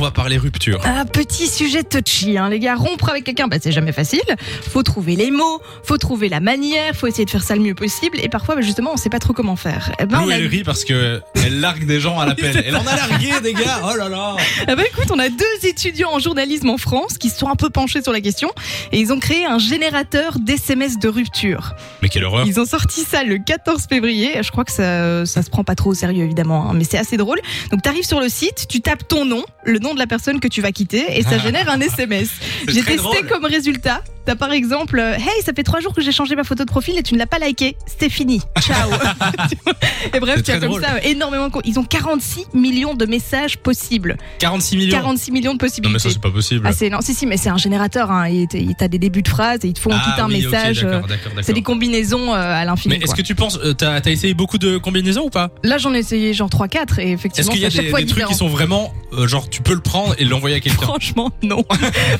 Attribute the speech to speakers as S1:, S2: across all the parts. S1: va parler rupture.
S2: Un petit sujet touchy, hein, les gars. Rompre avec quelqu'un, bah, c'est jamais facile. Faut trouver les mots, faut trouver la manière, faut essayer de faire ça le mieux possible. Et parfois, bah, justement, on sait pas trop comment faire. Eh ben,
S1: Lou,
S2: on a-
S1: elle rit parce que elle largue des gens à l'appel. Elle en a largué des gars. Oh là là.
S2: Ah bah, écoute, on a deux étudiants en journalisme en France qui se sont un peu penchés sur la question et ils ont créé un générateur d'SMS de rupture.
S1: Mais quelle horreur.
S2: Ils ont sorti ça le 14 février. Je crois que ça, ça se prend pas trop au sérieux, évidemment, hein, mais c'est assez drôle. Donc, t'arrives sur le site, tu tapes ton nom, le nom de la personne que tu vas quitter et ça génère un SMS.
S1: Ah. C'est
S2: J'ai
S1: très
S2: testé
S1: drôle.
S2: comme résultat. T'as par exemple, euh, hey, ça fait trois jours que j'ai changé ma photo de profil et tu ne l'as pas liké. C'est fini. Ciao. Tu vois et
S1: C'est
S2: bref, tu as
S1: très
S2: comme
S1: drôle.
S2: ça euh, énormément. de con- Ils ont 46 millions de messages possibles.
S1: 46 millions.
S2: 46 millions de
S1: Non mais ça
S2: possibilités.
S1: c'est pas possible.
S2: ah, c'est non, si si, mais c'est un générateur. Hein. Il t- il- T'as des débuts de phrases et ils te font
S1: Ah
S2: tout un
S1: oui, ok,
S2: message. euh,
S1: d'accord, d'accord,
S2: c'est
S1: d'accord.
S2: des combinaisons euh, à l'infini.
S1: Mais est-ce
S2: quoi.
S1: que tu penses, euh, t'as t'as essayé beaucoup de combinaisons ou pas
S2: Là, j'en ai essayé genre 3-4 et
S1: Est-ce
S2: effectivement,
S1: qu'il y a
S2: c'est à chaque
S1: des,
S2: fois
S1: des trucs
S2: différent.
S1: qui sont vraiment, euh, genre tu peux le prendre et l'envoyer à quelqu'un
S2: Franchement, non.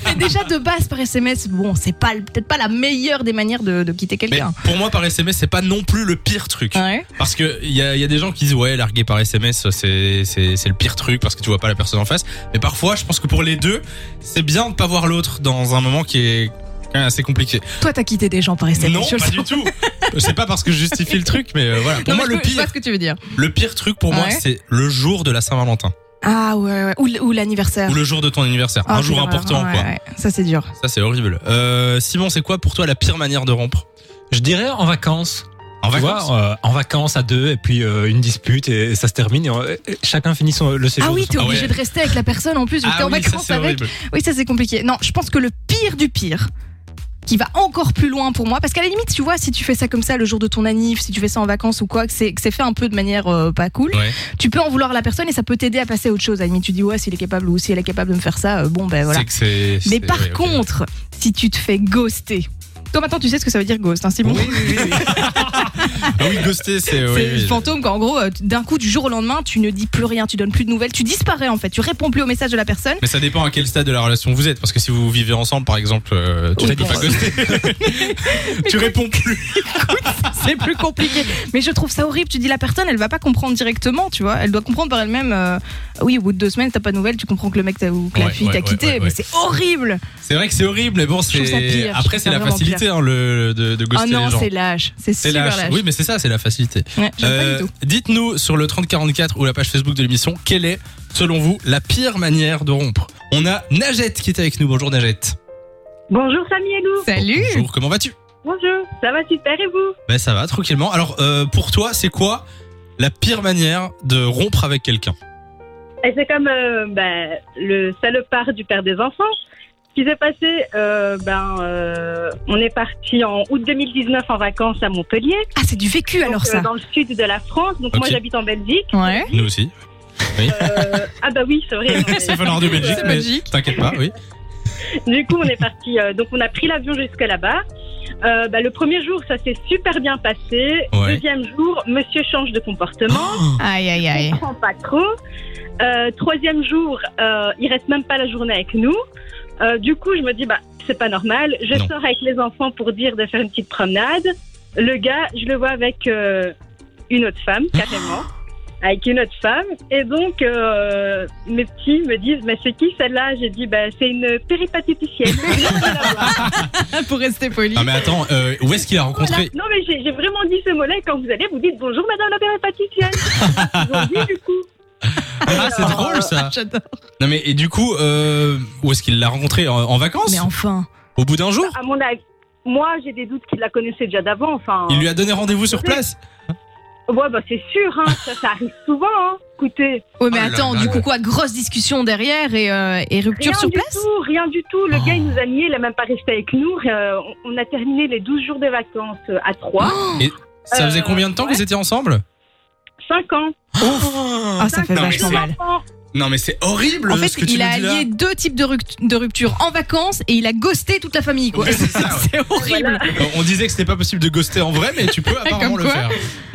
S2: mais déjà de base par SMS, bon, c'est pas le- peut-être pas la meilleure des manières de, de quitter
S1: Mais
S2: quelqu'un.
S1: pour moi par SMS c'est pas non plus le pire truc.
S2: Ouais.
S1: Parce que il y a, il y a des gens qui disent ouais larguer par SMS c'est c'est c'est le pire truc parce que tu vois pas la personne en face. Mais parfois je pense que pour les deux c'est bien de pas voir l'autre dans un moment qui est quand même assez compliqué.
S2: Toi, t'as quitté des gens par SMS.
S1: non
S2: je le
S1: pas
S2: sens.
S1: du tout. C'est pas parce que je justifie le truc mais euh, voilà. Pour
S2: Non,
S1: moi
S2: mais
S1: le
S2: je, je vois
S1: pire
S2: ce que tu veux dire.
S1: le pire truc pour moi
S2: Ouais.
S1: c'est le jour de la Saint-Valentin
S2: Ah ouais, ouais. Ou, l- ou l'anniversaire.
S1: ou le jour de ton anniversaire.
S2: Ah,
S1: un jour
S2: c'est l'horreur.
S1: important
S2: Ouais,
S1: quoi.
S2: ouais. Ça, c'est dur.
S1: Ça c'est horrible. Euh, Simon c'est quoi pour toi la pire manière de rompre
S3: Je dirais en vacances.
S1: En
S3: Tu
S1: vacances.
S3: vois, euh, en vacances à deux, et puis euh, une dispute, et, et ça se termine. Et, on- et chacun finit son, le séjour.
S2: Ah oui,
S3: de
S2: t'es
S3: son-
S1: Ah ouais. Ah
S2: obligé de rester avec la personne en plus. vu que T'es en
S1: oui, ça,
S2: vacances
S1: c'est
S2: avec.
S1: horrible.
S2: Oui, ça c'est compliqué. Non, je pense que le pire du pire, qui va encore plus loin pour moi, parce qu'à la limite, tu vois, si tu fais ça comme ça le jour de ton anniv, si tu fais ça en vacances ou quoi, que c'est que c'est fait un peu de manière euh, pas cool,
S1: Ouais.
S2: tu peux en vouloir à la personne et ça peut t'aider à passer à autre chose. À la limite, tu dis ouais, s'il est capable ou si elle est capable de me faire ça, euh, bon ben voilà.
S1: C'est que c'est. c'est-
S2: Mais par
S1: ouais, ok.
S2: contre, si tu te fais ghoster, toi maintenant tu sais ce que ça veut dire ghost, hein, Simon
S1: Ah oui, ghoster, c'est. oui,
S2: C'est
S1: oui.
S2: le fantôme qu'en gros, euh, d'un coup, du jour au lendemain, tu ne dis plus rien, tu donnes plus de nouvelles, tu disparais en fait, tu réponds plus au message de la personne.
S1: Mais ça dépend à quel stade de la relation vous êtes, parce que si vous vivez ensemble, par exemple, euh, tu
S2: Oui,
S1: ne peux
S2: bon,
S1: pas ghoster. tu réponds plus.
S2: c'est plus compliqué. Mais je trouve ça horrible. Tu dis la personne, elle va pas comprendre directement, tu vois. Elle doit comprendre par elle-même. euh, oui, au bout de deux semaines, t'as pas de nouvelles, tu comprends que le mec t'a- ou que la
S1: Ouais,
S2: fille
S1: ouais,
S2: t'a
S1: ouais,
S2: quitté.
S1: ouais, ouais.
S2: Mais c'est horrible.
S1: C'est vrai que c'est horrible, mais bon,
S2: trouve ça
S1: c'est.
S2: pire, je
S1: Après,
S2: trouve
S1: c'est
S2: ça
S1: la
S2: vraiment
S1: facilité, hein, le, de, de
S2: Ah
S1: ghoster
S2: non,
S1: les gens.
S2: c'est lâche. C'est
S1: C'est
S2: super lâche.
S1: Oui, mais c'est ça, c'est la facilité.
S2: Ouais, j'aime
S1: Euh,
S2: pas du tout.
S1: Dites-nous sur le 3044 ou la page Facebook de l'émission, quelle est, selon vous, la pire manière de rompre On a Najette qui est avec nous. Bonjour Najette.
S4: Bonjour Samy et Lou.
S2: Salut.
S1: Bonjour, comment vas-tu
S4: Bonjour. Ça va super et vous
S1: Ben ça va, tranquillement. Alors, euh, pour toi, c'est quoi la pire manière de rompre avec quelqu'un
S4: Et c'est comme euh, ben, le salopard du père des enfants. Ce qui s'est passé, euh, ben, euh, on est parti en août 2019 en vacances à Montpellier,
S2: Ah, c'est du vécu alors
S4: donc, euh,
S2: ça.
S4: dans le sud de la France. Donc moi
S1: Ok.
S4: j'habite en Belgique.
S2: Ouais.
S1: Nous aussi.
S4: Euh, ah bah oui, c'est vrai.
S1: C'est venant de Belgique,
S2: C'est
S1: mais
S2: magique.
S1: t'inquiète pas, oui.
S4: Du coup, on est parti. euh, donc, on a pris l'avion jusque là-bas. Euh, bah, le premier jour, ça s'est super bien passé.
S1: Ouais.
S4: Deuxième jour, monsieur change de comportement.
S2: Aïe, aïe,
S4: Il
S2: aïe.
S4: comprend pas trop. Euh, troisième jour, euh, il reste même pas la journée avec nous. Euh, du coup, je me dis, bah, c'est pas normal. Je
S1: Non.
S4: sors avec les enfants pour dire de faire une petite promenade. Le gars, je le vois avec euh, une autre femme, carrément. Avec une autre femme. Et donc, euh, mes petits me disent, mais c'est qui celle-là J'ai dit, bah, c'est une péripatéticienne. J'ai dit, Rien à voir.
S1: Ah.
S2: Pour rester poli.
S1: Non mais attends, euh, où est-ce qu'il a rencontré
S4: non, mais j'ai j'ai vraiment dit ce mot-là. Et Quand vous allez, vous dites, bonjour, madame la péripatéticienne. Ils ont dit, du coup.
S1: Ah c'est drôle ça.
S2: J'adore.
S1: Non mais et du coup, euh, où est-ce qu'il l'a rencontré en, en vacances
S2: Mais enfin.
S1: Au bout d'un jour
S4: à mon avis, moi, j'ai des doutes qu'il la connaissait déjà d'avant. Enfin,
S1: Il lui a donné rendez-vous sur
S4: Oui.
S1: place
S4: ouais, bah, c'est sûr, hein, ça, ça arrive souvent. Hein. Écoutez,
S1: Oh
S2: Ouais, mais
S1: là
S2: attends,
S1: là
S2: du
S1: là.
S2: coup, quoi Grosse discussion derrière et, euh, et
S4: rien
S2: rupture sur
S4: du
S2: place
S4: tout, rien du tout. Le
S1: Oh.
S4: gars, il nous a nié, il a même pas resté avec nous. Euh, on on a terminé les 12 jours de vacances euh, à 3,
S2: Oh,
S1: Ça faisait
S4: Euh,
S1: combien de temps que
S4: ouais.
S1: vous étiez ensemble
S4: 5 ans. Oh,
S2: Ah, ça fait
S1: Non, mais
S2: vachement
S1: c'est-
S2: mal.
S4: enfants.
S1: Non mais c'est horrible
S2: En fait,
S1: ce que tu
S2: il
S1: nous
S2: a
S1: dis là.
S2: allié deux types de, ruct- de ruptures en vacances et il a ghosté toute la famille, quoi.
S1: Ouais, c'est ça, ouais.
S2: c'est horrible.
S1: Euh, On disait que c'était pas possible de ghoster en vrai, mais tu peux apparemment
S2: Comme
S1: le
S2: quoi.
S1: faire.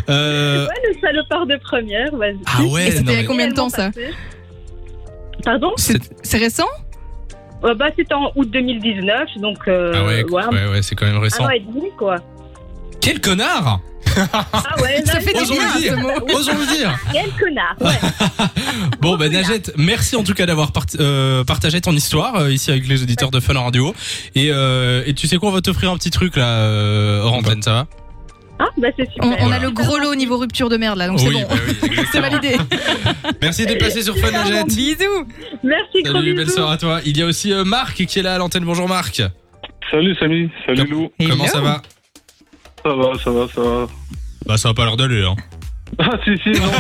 S1: Euh,
S4: Ouais, le salopard de première, vas-y.
S1: ah ouais,
S2: Et c'était
S1: non,
S2: il y a
S1: mais-
S2: combien de temps, ça
S4: Passé. Pardon
S1: C'est-
S2: C'est récent
S4: Euh, Bah, c'était en août 2019, donc euh,
S1: Ah ouais,
S4: ouais, un-
S2: Ah
S1: ouais, ouais, c'est quand même
S4: un
S1: récent.
S4: an et demi, quoi.
S1: Quel connard
S4: Ah ouais,
S2: Ça
S4: là,
S2: fait
S4: c'est-
S2: du
S1: Osons
S2: bien
S1: le
S2: ce
S1: dire.
S2: mot.
S1: Osons le dire.
S4: Quel connard. Ouais.
S1: Bon, ben Najette, merci en tout cas d'avoir part- euh, partagé ton histoire euh, ici avec les auditeurs de Fun Radio. Et, euh, et tu sais quoi, on va t'offrir un petit truc là, euh, hors
S2: Bah,
S1: antenne, ça va
S4: Ah, bah c'est
S2: On,
S4: super.
S2: on a
S1: Voilà.
S2: le gros lot au niveau rupture de merde là, donc c'est
S1: Oui,
S2: bon.
S1: bah oui,
S2: C'est
S1: exactement.
S2: validé.
S1: Merci d'être passé sur Fun Najette.
S2: Bisous.
S4: Merci, gros
S1: Salut, belle
S4: bisous.
S1: soirée à toi. Il y a aussi euh, Marc qui est là à l'antenne. Bonjour Marc.
S5: Salut Samy, salut
S1: Comme-
S5: Lou.
S1: Comment
S2: Hello.
S1: ça va
S5: Ça va, ça va, ça va.
S1: Bah ça va pas l'air d'aller. Hein.
S5: Ah si, si, non.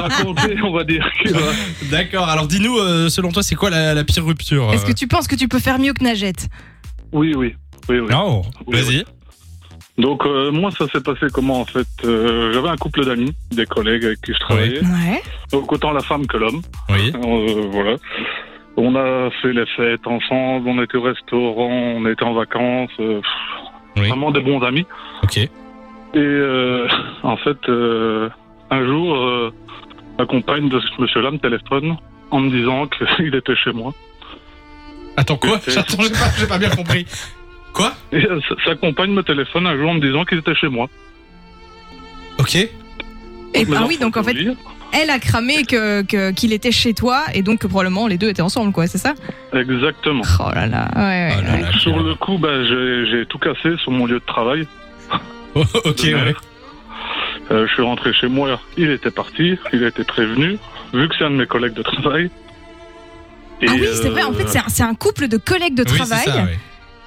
S5: Raconter, on va dire que... euh,
S1: D'accord, alors dis-nous, euh, selon toi, c'est quoi la, la pire rupture euh
S2: Est-ce que tu penses que tu peux faire mieux que Najette
S5: Oui, oui, oui, oui.
S1: Non,
S5: Oui,
S1: euh vas-y.
S5: Donc euh, moi, ça s'est passé comment en fait Euh, J'avais un couple d'amis, des collègues avec qui je travaillais.
S2: Ouais.
S5: Donc autant la femme que l'homme.
S1: Oui.
S5: Euh, voilà. On a fait les fêtes ensemble, on était au restaurant, on était en vacances. euh, pff,
S1: Oui.
S5: Vraiment des bons amis.
S1: Ok.
S5: Et euh, en fait, euh, un jour, euh, la compagne de ce monsieur-là me téléphone en me disant qu'il était chez moi.
S1: Attends, quoi Attends, j'ai pas, j'ai pas bien compris. Quoi
S5: Et euh, sa- sa compagne me téléphone un jour en me disant qu'il était chez moi.
S1: Ok.
S2: Et
S5: Mais
S2: bah
S5: non,
S2: oui, donc en fait,
S5: oui,
S2: elle a cramé que que- qu'il était chez toi et donc que probablement les deux étaient ensemble, quoi, c'est ça
S5: Exactement.
S2: Oh là là, ouais,
S1: Oh
S2: ouais.
S1: là là,
S5: Sur le coup, bah, j'ai j'ai tout cassé sur mon lieu de travail.
S1: ok, ouais.
S5: Euh, je suis rentré chez moi, il était parti, il était prévenu, vu que c'est un de mes collègues de travail. Et, euh,
S2: Ah oui, c'est vrai, en fait, c'est un, c'est un couple de collègues de
S1: euh, Oui,
S2: travail.
S1: c'est ça, ouais.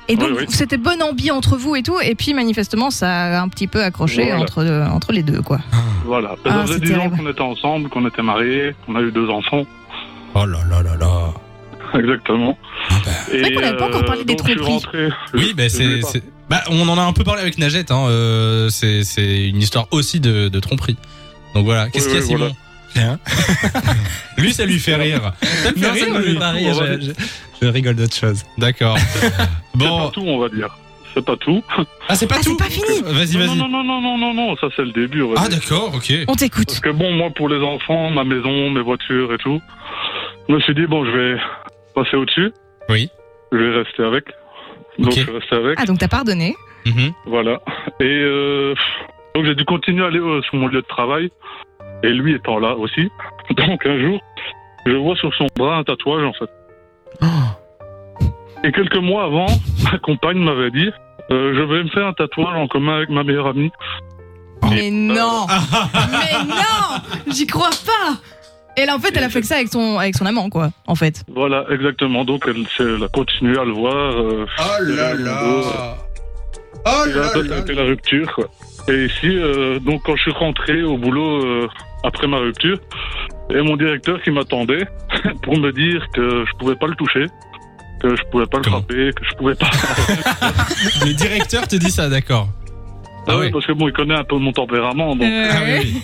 S2: Et donc,
S5: Oui, oui.
S2: c'était bonne ambiance entre vous et tout. Et puis, manifestement, ça a un petit peu accroché
S5: Voilà.
S2: entre, entre les deux, quoi.
S5: Voilà.
S2: Ah,
S5: Ça faisait
S2: c'est
S5: 10 ans
S2: terrible.
S5: qu'on était ensemble, qu'on était mariés, qu'on a eu deux enfants.
S1: Oh là là là là.
S5: Exactement. Et, euh,
S2: vrai qu'on n'avait pas encore parlé des
S5: donc, je suis
S2: tromperies.
S5: rentré-
S1: Ah bah. Oui,
S5: je-
S1: bah,
S5: je l'ai
S1: c'est.
S5: pas.
S1: c'est- Bah, on en a un peu parlé avec Najette, hein. euh, c'est, c'est une histoire aussi de, de tromperie. Donc voilà, qu'est-ce
S5: Oui,
S1: qu'il y a,
S5: oui,
S1: Simon Lui, ça lui fait rire. Ça lui fait
S3: Non, ça
S1: rire,
S3: me fait
S1: lui.
S3: pas rire,
S5: On va-
S3: je, je- je rigole d'autre chose.
S1: D'accord.
S5: C'est pas
S1: Bon.
S5: tout, on va dire. C'est pas tout.
S1: Ah, c'est pas
S2: Ah, c'est
S1: tout
S2: pas fini.
S1: Vas-y,
S5: Non, non,
S1: vas-y.
S5: non, non, non, non, non, ça c'est le début. on va
S1: Ah,
S5: dire.
S1: d'accord, ok.
S2: On t'écoute.
S5: Parce que bon, moi pour les enfants, ma maison, mes voitures et tout, je me suis dit, bon, je vais passer au-dessus.
S1: Oui.
S5: Je vais rester avec. Donc
S1: Ok.
S5: je suis resté avec.
S2: Ah, donc t'as pardonné
S1: Mhm.
S5: Voilà. Et euh, donc j'ai dû continuer à aller euh, sur mon lieu de travail. Et lui étant là aussi. Donc un jour, je vois sur son bras un tatouage en fait.
S1: Oh.
S5: Et quelques mois avant, ma compagne m'avait dit, euh, je vais me faire un tatouage en commun avec ma meilleure amie.
S2: Mais non
S1: Ah, ah,
S2: Mais non J'y crois pas Et là, en fait, elle a fait que ça avec son, avec son amant, quoi, en fait.
S5: Voilà, exactement. Donc elle, c'est- elle a continué à le voir. euh,
S1: ah. Oh là là. Oh
S5: Et là,
S1: là
S5: ça, ça euh, a
S1: là.
S5: été la rupture. quoi. Et ici, euh, donc quand je suis rentré au boulot euh, après ma rupture, et mon directeur qui m'attendait pour me dire que je pouvais pas le toucher, que je pouvais pas le
S1: Comment
S5: frapper, que je pouvais pas.
S1: Le directeur te dit ça, d'accord. Ah
S5: Ah
S1: oui.
S5: oui, parce que bon, il connaît un peu mon tempérament. Donc,
S2: Euh,
S1: Ah oui, oui.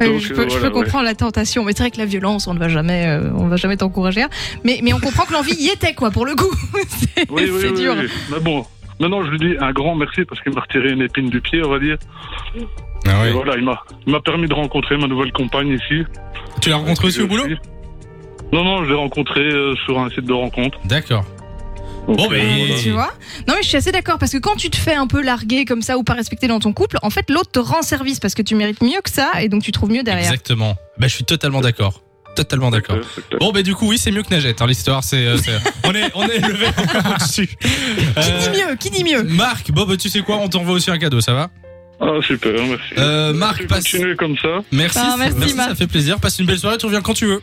S2: Euh,
S5: Donc,
S2: je
S5: euh,
S2: peux, je
S5: voilà,
S2: peux comprendre la tentation, mais c'est vrai que la violence, on ne va jamais, euh, on va jamais t'encourager. à- Mais, mais on comprend que l'envie y était, quoi, pour le coup. c'est
S5: oui, oui,
S2: c'est
S5: oui,
S2: dur.
S5: oui. Mais bon. Maintenant, je lui dis un grand merci parce qu'il m'a retiré une épine du pied, on va dire.
S1: Ah ouais.
S5: Et voilà, il m'a, il m'a permis de rencontrer ma nouvelle compagne ici.
S1: Tu l'as rencontré aussi au boulot
S5: Non, non, je l'ai rencontré euh, sur un site de rencontre.
S1: D'accord.
S5: Donc,
S1: Bon,
S5: euh,
S1: mais-
S5: voilà.
S2: Tu vois Non, mais je suis assez d'accord parce que quand tu te fais un peu larguer comme ça ou pas respecter dans ton couple, en fait, l'autre te rend service parce que tu mérites mieux que ça et donc tu trouves mieux derrière.
S1: Exactement. Bah, je suis totalement d'accord. Totalement d'accord.
S5: Euh, c'est-
S1: Bon, bah, du coup, oui, c'est mieux que Najette. hein, L'histoire, c'est. euh, c'est- on est, on est levé encore au-dessus.
S2: Qui dit mieux Qui dit mieux
S1: Marc, Bob, tu sais quoi On t'envoie aussi un cadeau, ça va
S5: Ah, super, merci.
S1: Euh, Marc, passe-
S5: Continuez comme ça.
S1: Merci,
S2: Ah, merci,
S1: ça
S2: Marc.
S1: fait plaisir. Passe une belle soirée, tu reviens quand tu veux.